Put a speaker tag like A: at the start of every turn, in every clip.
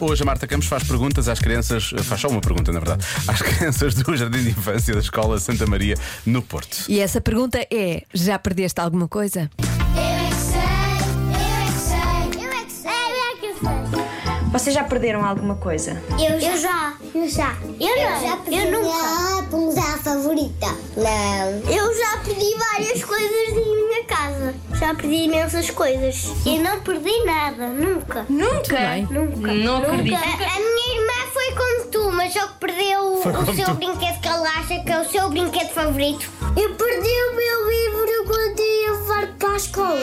A: hoje a Marta Campos faz perguntas às crianças, faz só uma pergunta, na verdade, às crianças do Jardim de Infância da Escola Santa Maria, no Porto.
B: E essa pergunta é: já perdeste alguma coisa?
C: Vocês já perderam alguma coisa?
D: Eu já. Eu já. Eu já. Eu, já perdi eu nunca. a pomada favorita. Não. Eu já perdi várias coisas na minha casa. Já perdi imensas coisas. E não perdi nada, nunca.
B: Nunca.
D: Nunca.
E: Não acredito.
D: A, a minha irmã foi como tu, mas eu perdeu o seu brinquedo que ela acha que é o seu brinquedo favorito. Eu perdi o meu livro quando ia levar para a escola.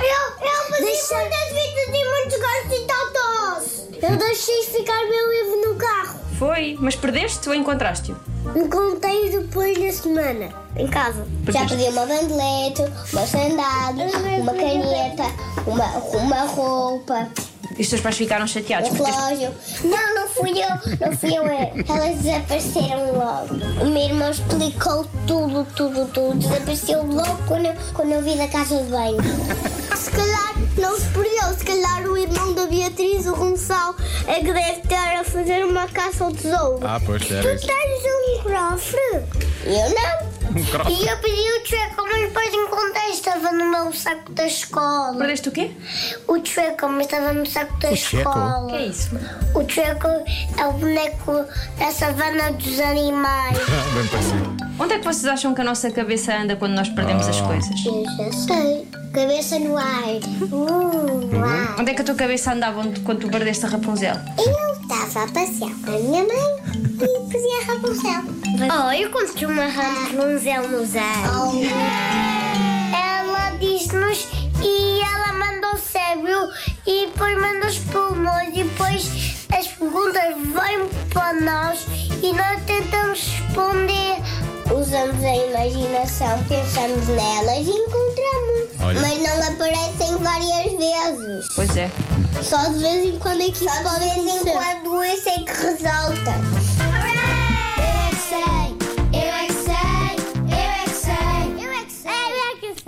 D: Eu, eu perdi muitas vidas e muitos gostos de totós. Eu deixei ficar meu livro no carro.
C: Foi, mas perdeste ou encontraste-o?
D: Encontrei depois da semana. Em casa. Já perdi uma bandelete, uma sandália, uma caneta, uma, uma roupa.
C: E os teus pais ficaram
A: Tá
C: chateados
D: Um
C: por teres
D: relógio. Não, não fui eu, não fui eu. é. Elas desapareceram logo. O meu irmão explicou tudo, tudo, tudo. Desapareceu logo quando eu, quando eu vi da casa de banho. Se calhar não se perdeu, se calhar o irmão da Beatriz, o Gonçalo, é que deve estar a fazer uma caça ao tesouro.
A: Ah, pois
D: Tu tens um cofre? Eu não.
A: Um crofre.
D: E eu pedi o tcheco, mas depois encontrei, estava no meu saco da escola.
C: Perdeste o quê?
D: O tcheco, mas estava no saco da
A: tcheco?
D: escola.
C: O que é isso?
D: O Draco é o boneco da savana dos animais.
A: Ah, Bem parecido.
C: Onde é que vocês acham que a nossa cabeça anda quando nós perdemos as coisas?
D: Eu já sei. Cabeça no ar. Uh, ar.
C: Onde é que a tua cabeça andava onde- quando tu perdeste a Rapunzel?
D: Eu estava a passear com a minha mãe e fazia Rapunzel. Oh, eu comprei uma Rapunzel no zero. Ela disse-nos e ela mandou o cérebro e depois mandou os pulmões e depois as perguntas vêm para nós e nós tentamos responder. Usamos a imaginação, pensamos nelas e encontramos.
A: Olha.
D: Mas não aparecem várias vezes.
C: Pois é.
D: Só de vez em quando é que Só de vez em quando esse é que resalta. é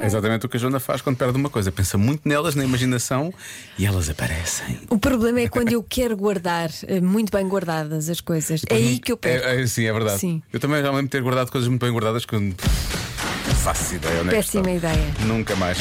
A: É exatamente o que a Joana faz quando perde uma coisa. Pensa muito nelas, na imaginação, e elas aparecem.
B: O problema é quando eu quero guardar eh, muito bem guardadas as coisas. É aí que eu perco.
A: É, é, sim, é verdade.
B: Sim.
A: Eu também já me lembro de ter guardado coisas muito bem guardadas que eu não faço ideia. onde é que
B: Péssima
A: estão.
B: ideia.
A: Nunca mais.